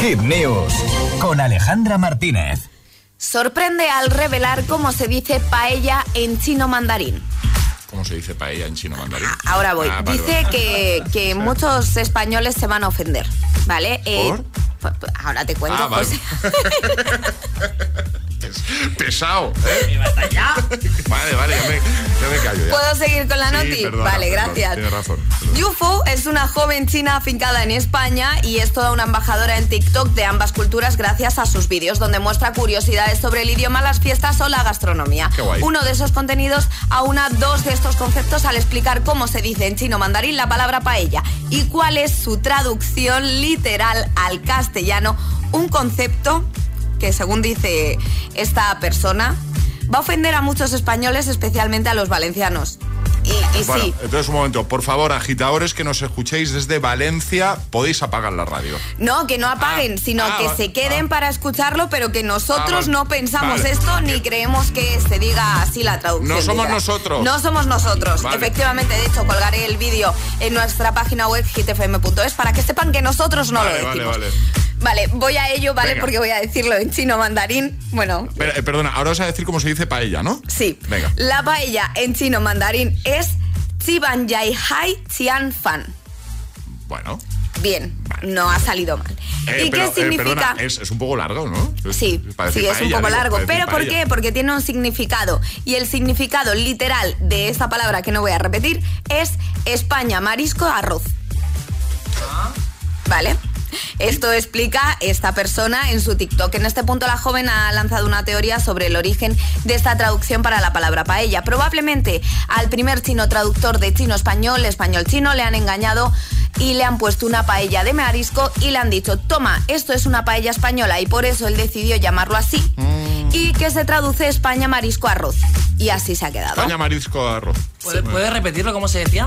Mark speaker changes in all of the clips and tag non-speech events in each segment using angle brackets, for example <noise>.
Speaker 1: Hit News con Alejandra Martínez.
Speaker 2: Sorprende al revelar cómo se dice paella en chino mandarín.
Speaker 3: ¿Cómo se dice paella en chino mandarín?
Speaker 2: Ahora voy.
Speaker 3: Ah, vale,
Speaker 2: dice
Speaker 3: vale.
Speaker 2: que, que muchos españoles se van a ofender, ¿vale?
Speaker 3: ¿Por?
Speaker 2: pu- pu- Ahora te cuento,
Speaker 3: Ah, vale.
Speaker 2: José.
Speaker 3: Pes- Pesado,
Speaker 2: <laughs>
Speaker 3: ¿eh? <laughs> Vale, vale, ya me, ya me callo.
Speaker 2: <laughs>
Speaker 3: Ya.
Speaker 2: ¿Puedo seguir con la
Speaker 3: Sí,
Speaker 2: noti?
Speaker 3: perdona,
Speaker 2: vale,
Speaker 3: perdona,
Speaker 2: gracias.
Speaker 3: Tienes razón. perdona.
Speaker 2: Yufu es una joven china afincada en España y es toda una embajadora en TikTok de ambas culturas gracias a sus vídeos donde muestra curiosidades sobre el idioma, las fiestas o la gastronomía.
Speaker 3: Qué guay.
Speaker 2: Uno de esos contenidos aúna dos de estos conceptos al explicar cómo se dice en chino mandarín la palabra paella y cuál es su traducción literal al castellano, un concepto que según dice esta persona va a ofender a muchos españoles, especialmente a los valencianos. Y, y
Speaker 3: Bueno,
Speaker 2: sí,
Speaker 3: entonces un momento, por favor, agitadores que nos escuchéis desde Valencia, podéis apagar la radio.
Speaker 2: No, que no apaguen,
Speaker 3: Ah,
Speaker 2: sino
Speaker 3: ah,
Speaker 2: que
Speaker 3: va-
Speaker 2: se queden
Speaker 3: ah.
Speaker 2: para escucharlo, pero que nosotros
Speaker 3: Ah, vale.
Speaker 2: no pensamos
Speaker 3: Vale.
Speaker 2: esto ni creemos que se diga así la traducción.
Speaker 3: No somos
Speaker 2: literal.
Speaker 3: nosotros.
Speaker 2: No somos nosotros.
Speaker 3: Vale.
Speaker 2: Efectivamente, de hecho, colgaré el vídeo en nuestra página web hitfm.es para que sepan que nosotros no
Speaker 3: Vale,
Speaker 2: lo
Speaker 3: vale,
Speaker 2: decimos.
Speaker 3: vale.
Speaker 2: Vale, voy a ello, ¿vale?
Speaker 3: Venga.
Speaker 2: Porque voy a decirlo en chino mandarín. Bueno,
Speaker 3: Pero, eh, perdona, ahora vas a decir cómo se dice paella, ¿no?
Speaker 2: Sí.
Speaker 3: Venga.
Speaker 2: La paella en chino mandarín es Chiban Yai Hai Chian Fan.
Speaker 3: Bueno.
Speaker 2: Bien, no ha salido mal.
Speaker 3: Eh,
Speaker 2: ¿Y
Speaker 3: pero, eh,
Speaker 2: qué significa?
Speaker 3: perdona, es, es un poco largo, ¿no?
Speaker 2: Sí,
Speaker 3: Para decir
Speaker 2: sí, es un
Speaker 3: paella,
Speaker 2: poco
Speaker 3: digo,
Speaker 2: largo.
Speaker 3: para decir
Speaker 2: ¿Pero por
Speaker 3: paella.
Speaker 2: qué? Porque tiene un significado. Y el significado literal de esta palabra que no voy a repetir es España, marisco, arroz. ¿Vale? Esto explica esta persona en su TikTok. En este punto la joven ha lanzado una teoría sobre el origen de esta traducción para la palabra paella. Probablemente al primer chino traductor de chino español, español chino, le han engañado y le han puesto una paella de marisco y le han dicho, toma, esto es una paella española y por eso él decidió llamarlo así y que se traduce España marisco arroz. Y así se ha quedado.
Speaker 3: Paella, marisco, arroz.
Speaker 4: ¿Puedes, puedes repetirlo como se decía?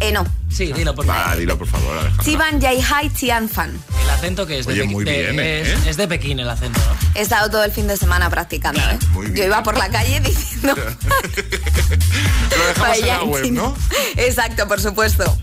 Speaker 2: Eh, no.
Speaker 3: Ah,
Speaker 4: Sí, dilo, por favor.
Speaker 3: Va, dilo, por favor, Alejandra. <laughs>
Speaker 2: Chiban Yaihai Tian Fan.
Speaker 4: El acento que es de
Speaker 3: Oye,
Speaker 4: Pekín.
Speaker 3: muy
Speaker 4: de-
Speaker 3: bien, ¿eh?
Speaker 4: es, es de Pekín el acento, ¿no?
Speaker 2: He estado todo el fin de semana practicando. ¿eh?
Speaker 3: muy bien.
Speaker 2: Yo iba por la calle diciendo
Speaker 3: Lo <laughs> dejamos en
Speaker 2: paella
Speaker 3: la
Speaker 2: en
Speaker 3: web,
Speaker 2: chino.
Speaker 3: ¿no?
Speaker 2: <laughs> Exacto, por supuesto.